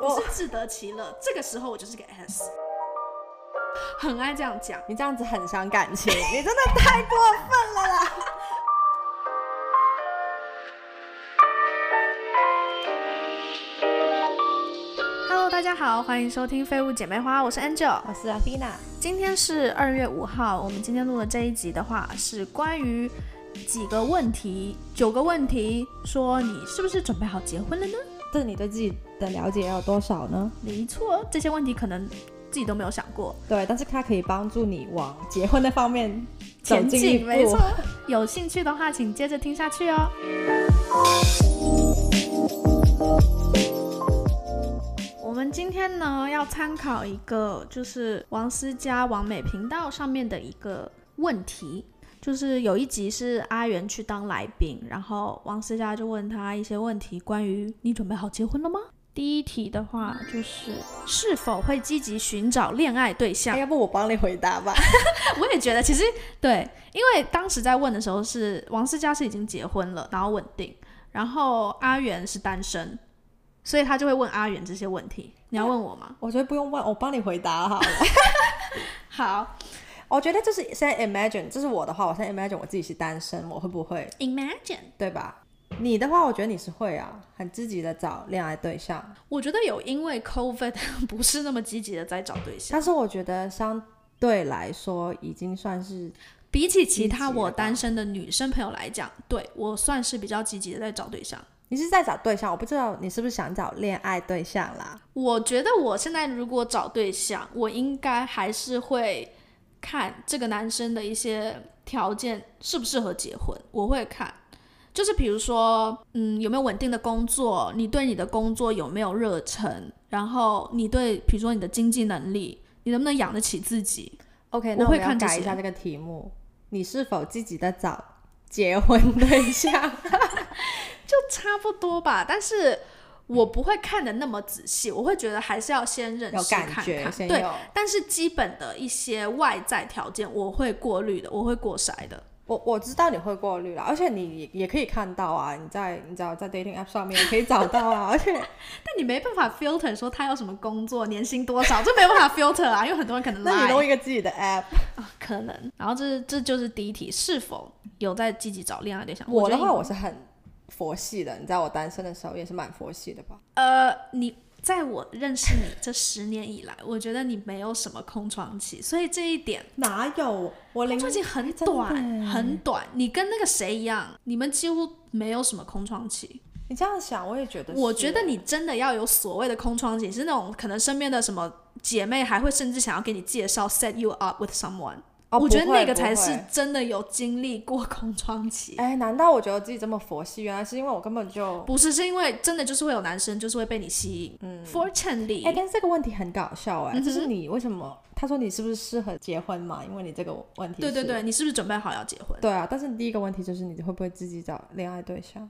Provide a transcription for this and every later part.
我是自得其乐。这个时候我就是个 S，很爱这样讲。你这样子很伤感情，你真的太过分了啦！ Hello，大家好，欢迎收听《废物姐妹花》，我是 Angel。 我哦是阿啊菲娜，今天是二月五号，我们今天录的这一集的话是关于几个问题，九个问题，说你是不是准备好结婚了呢？对你对自己的了解要有多少呢？没错，这些问题可能自己都没有想过。对，但是它可以帮助你往结婚的方面走前进一进，没步错。。有兴趣的话，请接着听下去哦。我们今天呢，要参考一个就是王思佳王美频道上面的一个问题，就是有一集是阿元去当来宾，然后王思佳就问他一些问题，关于你准备好结婚了吗？第一题的话就是是否会积极寻找恋爱对象哎，？要不我帮你回答吧？我也觉得，其实对，因为当时在问的时候是王思佳是已经结婚了，然后稳定，然后阿元是单身，所以他就会问阿元这些问题。你要问我吗？我觉得不用问，我帮你回答好了。好 我觉得就是现在 imagine，这是我的话，我现在 imagine 我自己是单身，我会不会？ ，Imagine，对吧？你的话，我觉得你是会啊，很积极的找恋爱对象，我觉得有因为 COVID 不是那么积极的在找对象，但是我觉得相对来说已经算是比起其他积极了吧我单身的女生朋友来讲，对我算是比较积极的在找对象。你是在找对象，我不知道你是不是想找恋爱对象啦。我觉得我现在如果找对象，我应该还是会看这个男生的一些条件适不适合结婚，我会看。就是比如说，嗯，有没有稳定的工作？你对你的工作有没有热忱？然后你对，比如说你的经济能力，你能不能养得起自己？ OK，我那会们要看这改一些下这个题目，你是否积极的找结婚 对象？就差不多吧。但是我不会看的那么仔细，我会觉得还是要先认有识看感看，觉先对，有。但是基本的一些外在条件，我会过滤的，我会过筛的。我我知道你会过滤了，而且你也也可以看到啊，你在你知道在 dating app 上面也可以找到啊， 而且但你没办法 filter 说他要什么工作、年薪多少，这没办法 filter 啊，因为很多人可能那你来弄一个自己的 app。啊，可能。然后这这就是第一题，是否有在积极找恋爱对象？我的觉得话，我是很佛系的，你知道我单身的时候也是蛮佛系的吧？呃，你在我认识你这十年以来，我觉得你没有什么空窗期，所以这一点。哪有我空零哎窗期很真的短，耶很短。你跟那个谁一样，你们几乎没有什么空窗期。你这样想，我也觉得是，我觉得你真的要有所谓的空窗期，是那种可能身边的什么姐妹还会甚至想要给你介绍 set you up with someone，、哦我觉得不会那个才不会是真的有经历过空窗期。哎，难道我觉得我自己这么佛系？原来是因为我根本就……不是，是因为真的就是会有男生就是会被你吸引。嗯，fortunately，、哎，但是这个问题很搞笑哎、嗯哼就是你为什么？他说你是不是适合结婚嘛？因为你这个问题，对对，对，你是不是准备好要结婚？对啊。但是第一个问题就是你会不会自己找恋爱对象？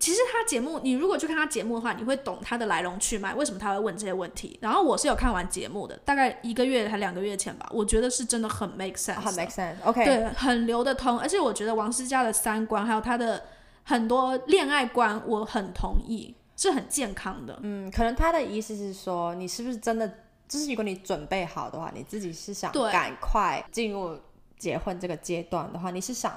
其实他节目，你如果去看他节目的话，你会懂他的来龙去脉，为什么他会问这些问题。然后我是有看完节目的，大概一个月还两个月前吧，我觉得是真的很 make sense，的哦很 make sense。OK，对，很流得通。而且我觉得王思佳的三观，还有她的很多恋爱观，我很同意，是很健康的。嗯，可能他的意思是说，你是不是真的？就是如果你准备好的话，你自己是想对赶快进入结婚这个阶段的话，你是想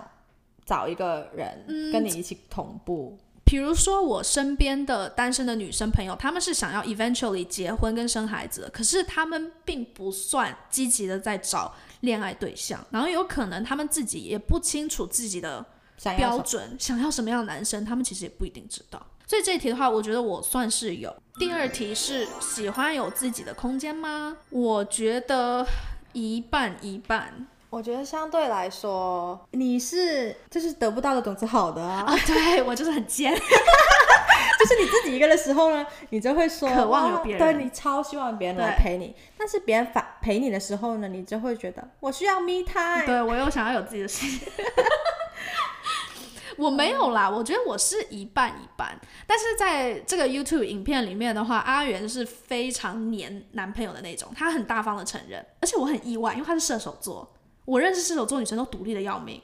找一个人嗯跟你一起同步。比如说我身边的单身的女生朋友，她们是想要 eventually 结婚跟生孩子的，可是她们并不算积极的在找恋爱对象，然后有可能她们自己也不清楚自己的想要标什么准，想要什么样的男生，他们其实也不一定知道。所以这一题的话，我觉得我算是有。第二题是喜欢有自己的空间吗？我觉得一半一半。 我觉得相对来说，你是就是得不到的总是好的啊。啊，对我就是很尖，就是你自己一个的时候呢，你就会说渴望有哇别人对你超希望别人来对陪你。但是别人反陪你的时候呢，你就会觉得我需要 me time。对我又想要有自己的世界。 我没有嗯啦，我觉得我是一半一半，但是在这个 YouTube 影片里面的话，阿元是非常黏男朋友的那种，他很大方的承认，而且我很意外，因为他是射手座，我认识射手座女生都独立的要命，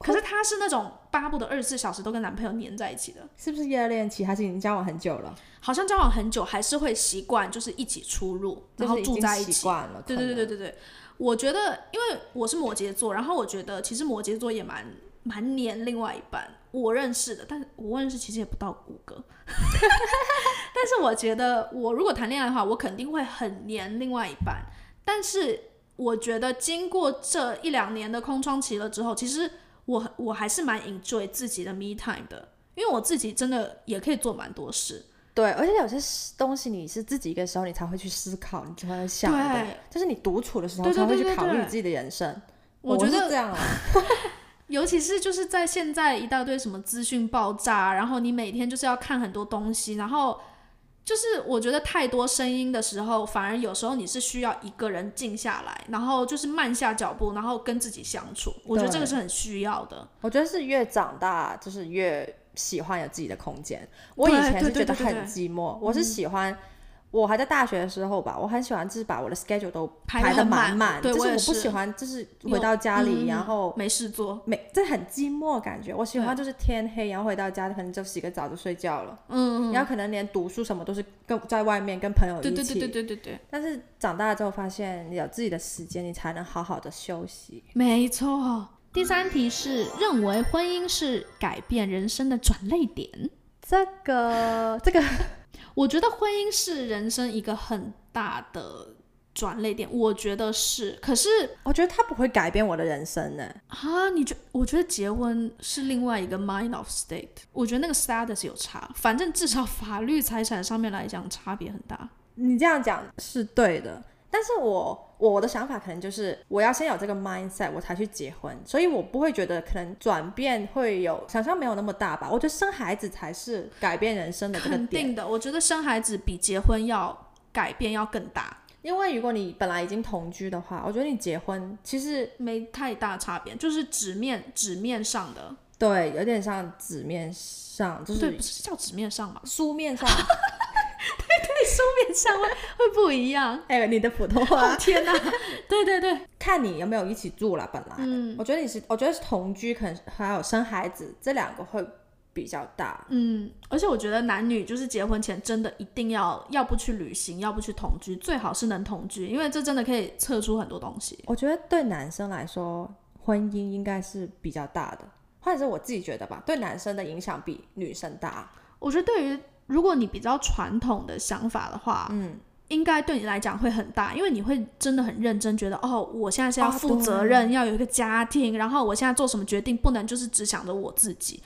可是她是那种巴不得二十四小时都跟男朋友黏在一起的，是不是热恋期还是已经交往很久了？好像交往很久还是会习惯，就是一起出入，然后就是已住经在一习起。惯了，对可对对能对对对，我觉得，因为我是摩羯座，然后我觉得其实摩羯座也蛮蛮黏另外一半。我认识的，但是我认识其实也不到五个， 但是我觉得我如果谈恋爱的话，我肯定会很黏另外一半。但是我觉得经过这一两年的空窗期了之后，其实我我还是蛮 enjoy 自己的 me time 的，因为我自己真的也可以做蛮多事。对，而且有些东西你是自己一个时候你才会去思考，你才会想的对，就是你独处的时候对对才会对去对考虑对你自己的人生。我觉是得这样啊，尤其是就是在现在一大堆什么资讯爆炸，然后你每天就是要看很多东西，然后就是我觉得太多声音的时候，反而有时候你是需要一个人静下来，然后就是慢下脚步，然后跟自己相处。我觉得这个是很需要的。我觉得是越长大就是越喜欢有自己的空间。我以对前对是觉对得对很对嗯寂寞，我是喜欢。我还在大学的时候吧，我很喜欢就是把我的 schedule 都排排得得很满满满，对就是我也我不是喜欢就是有嗯回到家里，然后没事做，没这很寂寞的感觉。我喜欢对就是天黑，然后回到家可能就洗个澡就睡觉了，嗯，然后可能连读书什么都是跟在外面跟朋友一起。对对对对对对对，但是长大之后发现，你有自己的时间，你才能好好的休息。没错。第三题是认为婚姻是改变人生的转泪点。这个这个我觉得婚姻是人生一个很大的转泪点，我觉得是。可是我觉得它不会改变我的人生呢。啊，你觉我觉得结婚是另外一个 mind of state，我觉得那个 status 有差，反正至少法律财产上面来讲差别很大。你这样讲是对的，但是我我的想法可能就是，我要先有这个 mindset，我才去结婚，所以我不会觉得可能转变会有想象没有那么大吧。我觉得生孩子才是改变人生的这个肯点，定的，我觉得生孩子比结婚要改变要更大，因为如果你本来已经同居的话，我觉得你结婚其实没太大差别，就是纸面纸面上的，对有点像纸面上，就对，是不是叫纸面上 吧？书面上。纸面上会会不一样。哎、你的普通话哦天哪， 对对对，看你有没有一起住啦。本来，嗯我觉得你是，我觉得是同居，可能还有生孩子这两个会比较大。嗯，而且我觉得男女就是结婚前真的一定要，要不去旅行，要不去同居，最好是能同居，因为这真的可以测出很多东西。我觉得对男生来说，婚姻应该是比较大的，或者是我自己觉得吧，对男生的影响比女生大。我觉得对于如果你比较传统的想法的话，嗯，应该对你来讲会很大，因为你会真的很认真，觉得哦，我现在是要哦负责任，要有一个家庭，然后我现在做什么决定不能就是只想着我自己。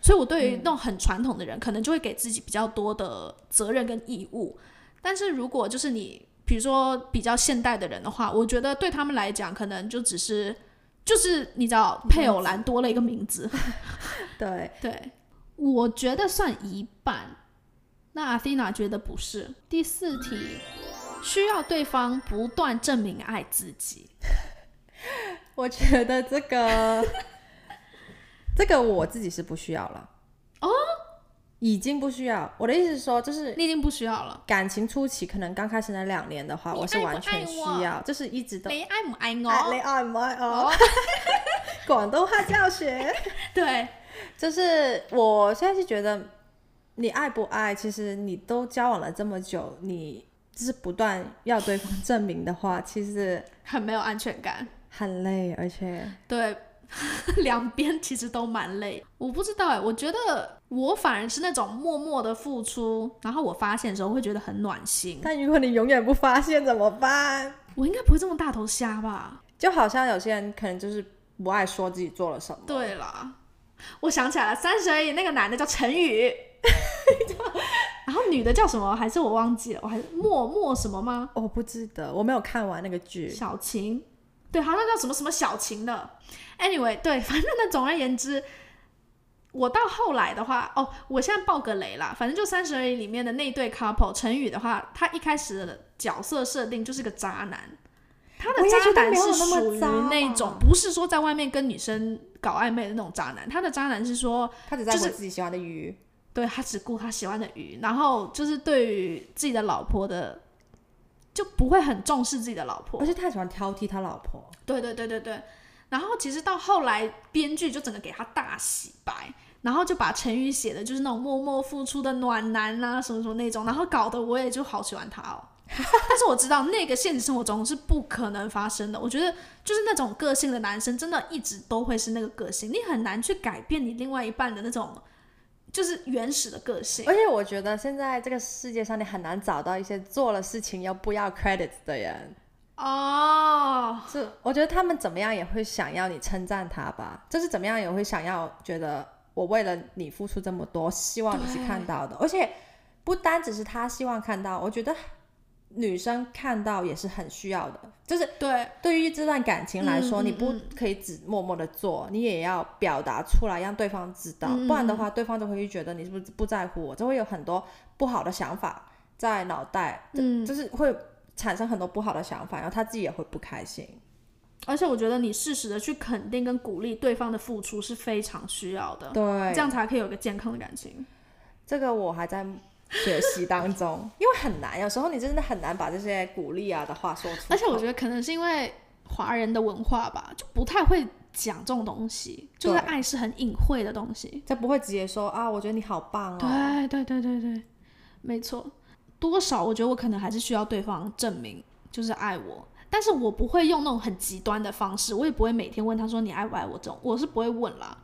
所以，我对于嗯那种很传统的人，可能就会给自己比较多的责任跟义务。但是如果就是你，比如说比较现代的人的话，我觉得对他们来讲，可能就只是就是你知道，配偶栏多了一个名字，对，对，我觉得算一半。那阿蒂娜觉得不是。第四题，需要对方不断证明爱自己。我觉得这个，这个我自己是不需要了。哦，已经不需要。我的意思是说，就是你已经不需要了。感情初期，可能刚开始那两年的话，你我是爱不完全爱需我要，就是一直都哎你爱不爱爱你我？爱不爱我？哦，广东话教学， 对， 就是我现在是觉得，你爱不爱，其实你都交往了这么久，你就是不断要对方证明的话，其实很没有安全感。很累，而且对， 两边其实都蛮累。我不知道哎，我觉得我反而是那种默默的付出，然后我发现的时候会觉得很暖心。 但如果你永远不发现怎么办？我应该不会这么大头虾吧？就好像有些人可能就是不爱说自己做了什么，对了，我想起来了，《三十而已》那个男的叫陈 宇，然后女的叫什么？还是我忘记了？我还默默什么吗？我不记得，我没有看完那个剧。小晴，对，好像叫什么什么小晴的。Anyway，对， 反正呢，总而言之，我到后来的话，哦，我现在爆个雷啦，反正就《三十而已》里面的那一对 couple，陈宇的话，他一开始的角色设定就是个渣男。他的我也觉渣得男没有是那么属于渣那吧种，不是说在外面跟女生搞暧昧的那种渣男。他的渣男是说，他只在乎就是自己喜欢的鱼，对他只顾他喜欢的鱼，然后就是对于自己的老婆的就不会很重视自己的老婆而。且他很喜欢挑剔他老婆。对对对对对。然后其实到后来，编剧就整个给他大洗白，然后就把陈宇写的就是那种默默付出的暖男啊，什么什么那种，然后搞得我也就好喜欢他哦。 但是我知道那个现实生活中是不可能发生的。我觉得就是那种个性的男生，真的一直都会是那个个性，你很难去改变你另外一半的那种就是原始的个性。而且我觉得现在这个世界上，你很难找到一些做了事情又不要 credit 的人。哦，是，我觉得他们怎么样也会想要你称赞他吧，就是怎么样也会想要觉得我为了你付出这么多，希望你是看到的。而且不单只是他希望看到，我觉得女生看到也是很需要的。就是对，对于这段感情来说，嗯嗯你不可以只默默的做，你也要表达出来，让对方知道，嗯不然的话，对方就会觉得你是不是不在乎我，就会有很多不好的想法在脑袋，嗯，就是会产生很多不好的想法，然后他自己也会不开心。而且我觉得你适时的去肯定跟鼓励对方的付出是非常需要的，对，这样才可以有一个健康的感情。这个我还在学习当中， 因为很难，有时候你真的很难把这些鼓励啊的话说出口。而且我觉得可能是因为华人的文化吧，就不太会讲这种东西，就是对爱是很隐晦的东西。就不会直接说啊，我觉得你好棒哦。对对对对对，没错。多少我觉得我可能还是需要对方证明就是爱我，但是我不会用那种很极端的方式，我也不会每天问他说你爱不爱我这种，我是不会问啦。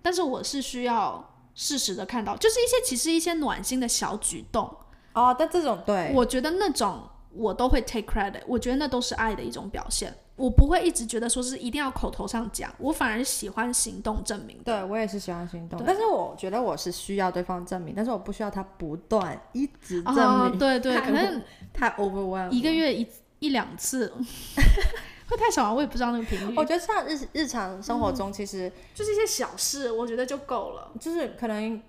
但是我是需要适时的看到，就是一些其实一些暖心的小举动，哦，但这种对，我觉得那种我都会 take credit，我觉得那都是爱的一种表现。我不会一直觉得说是一定要口头上讲，我反而喜欢行动证明的。对我也是喜欢行动对，但是我觉得我是需要对方证明，但是我不需要他不断一直证哦，明，对对，太可能太 overwhelm。一个，月一一两次， 会太啊少了，我也不知道那个频率我。觉得像日日常生活中，其实哦就是一些小事，我觉得就够了。就是可能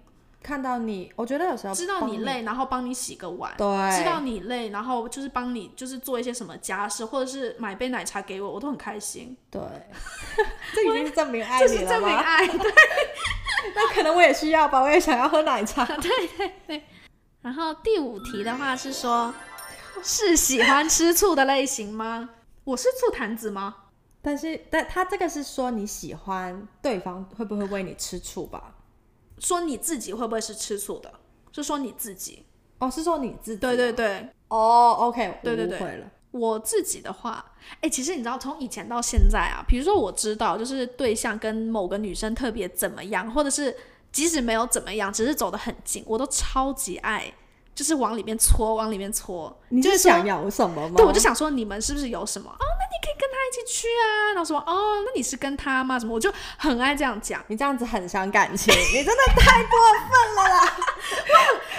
看到你，我觉得有时候知道帮你，累，然后帮你洗个碗；对，知道你累，然后就是帮你就是做一些什么家事，或者是买杯奶茶给我，我都很开心。 对，这已经是证明爱这你是了证明吗？爱。那可能我也需要吧，我也想要喝奶茶。 然后第五题的话是 说，是喜欢吃醋的类型吗？我是醋坛子吗？但是，但他这个是说你喜欢对方会不会为你吃醋吧？说你自己会不会是吃醋的？就说你自己。哦，是说你自己？对对。对，哦，OK，对对我对误会了。我自己的话，哎，其实你知道，从以前到现在啊，比如说我知道，就是对象跟某个女生特别怎么样，或者是即使没有怎么样，只是走得很近，我都超级爱，就是往里面搓，往里面搓。你就是是想说有什么吗？对，我就想说你们是不是有什么？哦，那你可以跟他一起去啊。然后说，哦，那你是跟他吗？什么？我就很爱这样讲，你这样子很伤感情，你真的太过分了啦！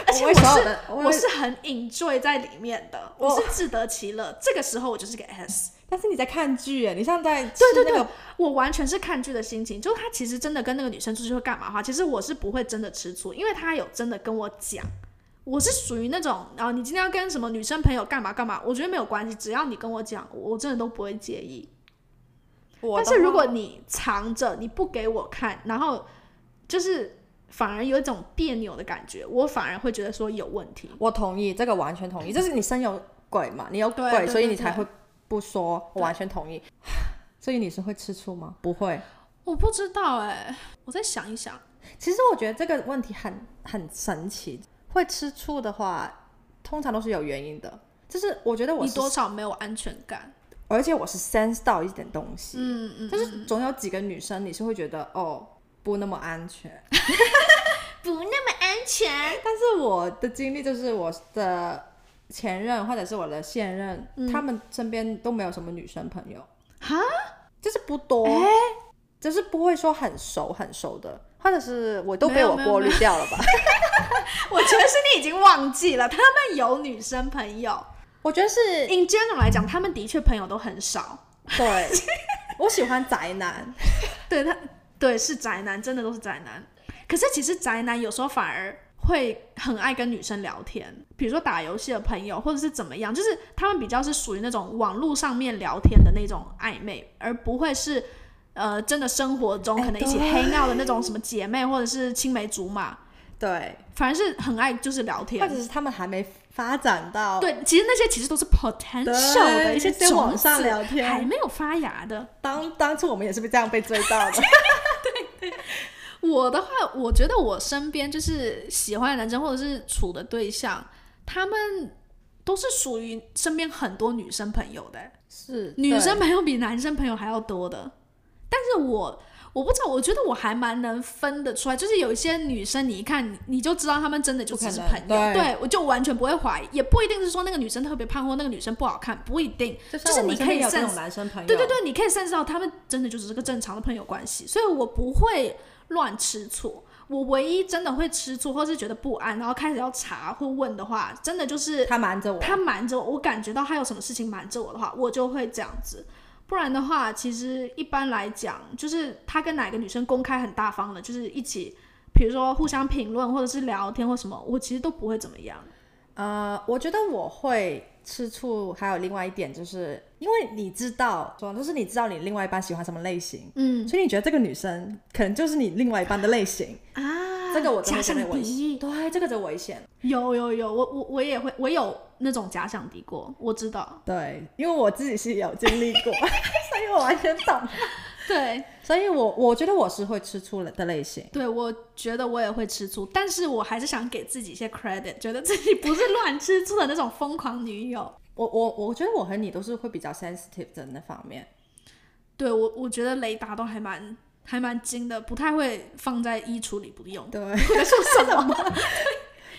而且我我为所有是的我哦我为是很 enjoy 在里面的，我我是自得其乐。这个时候我就是个 S。但是你在看剧耶，你像在吃对对那对个，我完全是看剧的心情。就是他其实真的跟那个女生出去会干嘛的话，其实我是不会真的吃醋，因为他有真的跟我讲。我是属于那种，啊，你今天要跟什么女生朋友干嘛干嘛，我觉得没有关系，只要你跟我讲，我我真的都不会介意。我但的是如话果你藏着，你不给我看，然后就是反而有一种别扭的感觉，我反而会觉得说有问题。我同意，这个完全同意，就是你身有鬼嘛，你有对鬼，对所以对你才对会不说。我完全同意。 所以你是会吃醋吗？不会。我不知道哎、我再想一想。其实我觉得这个问题很很神奇。会吃醋的话，通常都是有原因的。就是我觉得我你是，多少没有安全感？而且我是 sense 到一点东西。嗯嗯，就是总有几个女生，你是会觉得哦不那么安全。 不那么安全。但是我的经历就是我的前任或者是我的现任，他们身边都没有什么女生朋友，嗯哈，就是不多，就是不会说很熟很熟的，或者是我都没被有我没有过没滤掉了吧。 我觉得是你已经忘记了，他们有女生朋友。我觉得是 In general 来讲，他们的确朋友都很少。 对，我喜欢宅男，对他，对是宅男，真的都是宅男。可是其实宅男有时候反而会很爱跟女生聊天，比如说打游戏的朋友，或者是怎么样，就是他们比较是属于那种网络上面聊天的那种暧昧，而不会是呃真的生活中哎可能一起对 hang out 的那种什么姐妹或者是青梅竹马。对，反而是很爱就是聊或天者。是他们还没发展到对，其实那些其实都是 potential 对的一些在种网上子，聊还天。没有发芽的。当当初我们也是被这样被追 到的，我的话，我觉得我身边就是喜欢的男生或者是处的对象，他们都是属于身边很多女生朋友的，欸是女生朋友比男生朋友还要多的。但是我我不知道，我觉得我还蛮能分得出来，就是有一些女生你一看你你就知道她们真的就只是不朋可友能，对对我就完全不会怀疑，也不一定是说那个女生特别胖或那个女生不好看，不一定。对，就是你可以有这散种男生朋友，对对对，你可以 sense 到他们真的就是个正常的朋友关系，所以我不会乱吃醋。我唯一真的会吃醋或是觉得不安，然后开始要查或问的话，真的就是他瞒着我，他瞒着我，我感觉到他有什么事情瞒着我的话，我就会这样子。不然的话，其实一般来讲，就是他跟哪个女生公开很大方的，就是一起，比如说互相评论或者是聊天或什么，我其实都不会怎么样。呃，我觉得我会吃醋，还有另外一点就是，因为你知道，说就是你知道你另外一半喜欢什么类型，嗯所以你觉得这个女生可能就是你另外一半的 类型，啊这个我真假的觉想得危险。敌，对，这个真的危险。有有有，我我我也会，我有那种假想敌过，我知道。对，因为我自己是有经历过， 所以我完全懂。对所以我我觉得我是会吃醋的类型。对，我觉得我也会吃醋，但是我还是想给自己一些 credit，觉得自己不是乱吃醋的那种疯狂女友。我我我觉得我和你都是会比较 sensitive 的那方面。对我，我觉得雷达都还蛮还蛮精的，不太会放在衣橱里不 用。对，我在说什么？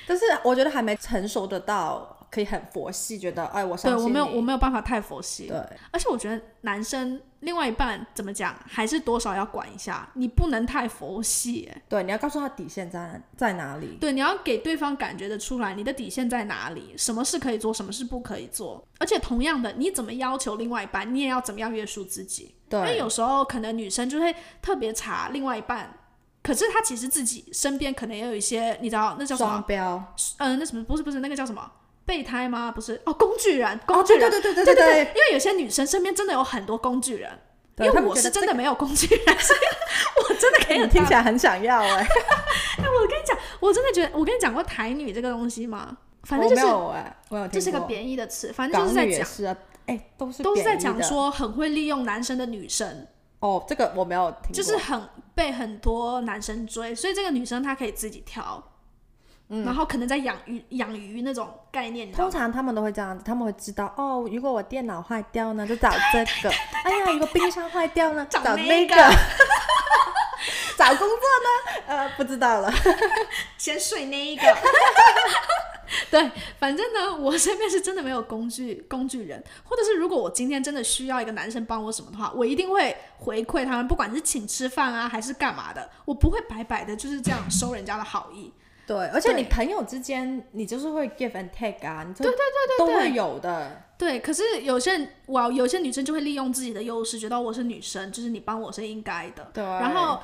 但是我觉得还没成熟的到可以很佛系，觉得哎，我相对信我没有，你我没有办法太佛系。对。而且我觉得男生另外一半怎么讲，还是多少要管一下，你不能太佛系。哎对，你要告诉他底线在在哪里。对，你要给对方感觉得出来你的底线在哪里，什么是可以做，什么是不可以做。而且同样的，你怎么要求另外一半，你也要怎么样约束自己。因为对，有时候可能女生就会特别查另外一半，可是她其实自己身边可能也有一些，你知道那叫什么双？标。嗯，那什么不是不是那个叫什么备胎吗？不是哦，工具人，哦，工具对对人。对对对对对，因为有些女生身边真的有很多工具人，对因他为们我觉是得真这的没有工具人，所以我真的可以个很 你听大起来很想要哎、哎，我跟你讲，我真的觉得，我跟你讲过台女这个东西吗？反正就我没是有哎、我有听这是个过贬义的词，反正就是港在女也讲，是啊，哎、都是都是在贬义讲的说很会利用男生的女生，哦，这个我没有听过，就是很被很多男生追，所以这个女生她可以自己挑，嗯然后可能在养鱼养鱼那种概念，你知道通吗？常他们都会这样子，他们会知道哦，如果我电脑坏掉呢，就找这个； 哎呀，如果冰箱坏掉呢，找找那那个个。 找工作呢？呃，不知道了。先睡那一个。 对，反正呢，我身边是真的没有工具工具人，或者是如果我今天真的需要一个男生帮我什么的话，我一定会回馈他们，不管是请吃饭啊，还是干嘛的，我不会白白的就是这样收人家的好意。对，而且对你朋友之间，你就是会 give and take 啊，你对对对对都会有的。对，可是有些人，哇，有些女生就会利用自己的优势，觉得我是女生，就是你帮我是应该的。对，然后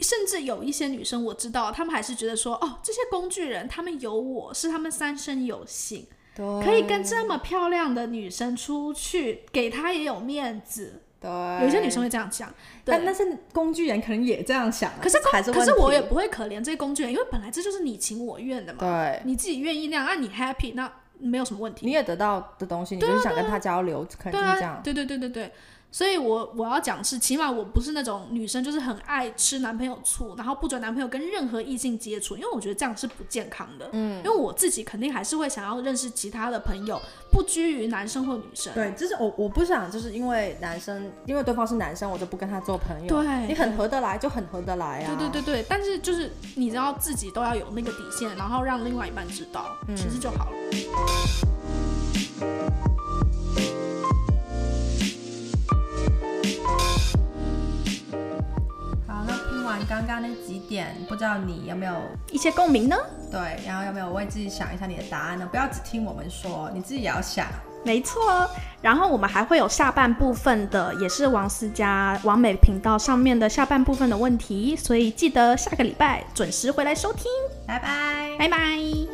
甚至有一些女生，我知道她们还是觉得说，哦，这些工具人，她们有我是她们三生有幸。对可以跟这么漂亮的女生出去，给她也有面子。对，有些女生会这样想，但对。那是工具人可能也这样想啊，可是这才是可是问我也题不会可怜这些工具人，因为本来这就是你情我愿的嘛。对，你自己愿意那样，啊，你 happy，那没有什么问题。你也得到的东西，你就是想跟他交流，可啊对能就是这啊样，。对对对对对。所以我我要讲是，起码我不是那种女生，就是很爱吃男朋友醋，然后不准男朋友跟任何异性接触，因为我觉得这样是不健康的。嗯，因为我自己肯定还是会想要认识其他的朋友，不拘于男生或女生。对，就是我我不想，就是因为男生，因为对方是男生，我就不跟他做朋友。对你很合得来就很合得来啊。对对对对，但是就是你知道自己都要有那个底线，然后让另外一半知道，其嗯实就好了。好，那听完刚刚那几点，不知道你有没有一些共鸣呢？对，然后有没有为自己想一下你的答案呢？不要只听我们说，你自己也要想。没错，哦然后我们还会有下半部分的，也是王思佳王美频道上面的下半部分的问题，所以记得下个礼拜准时回来收听，拜拜。拜拜。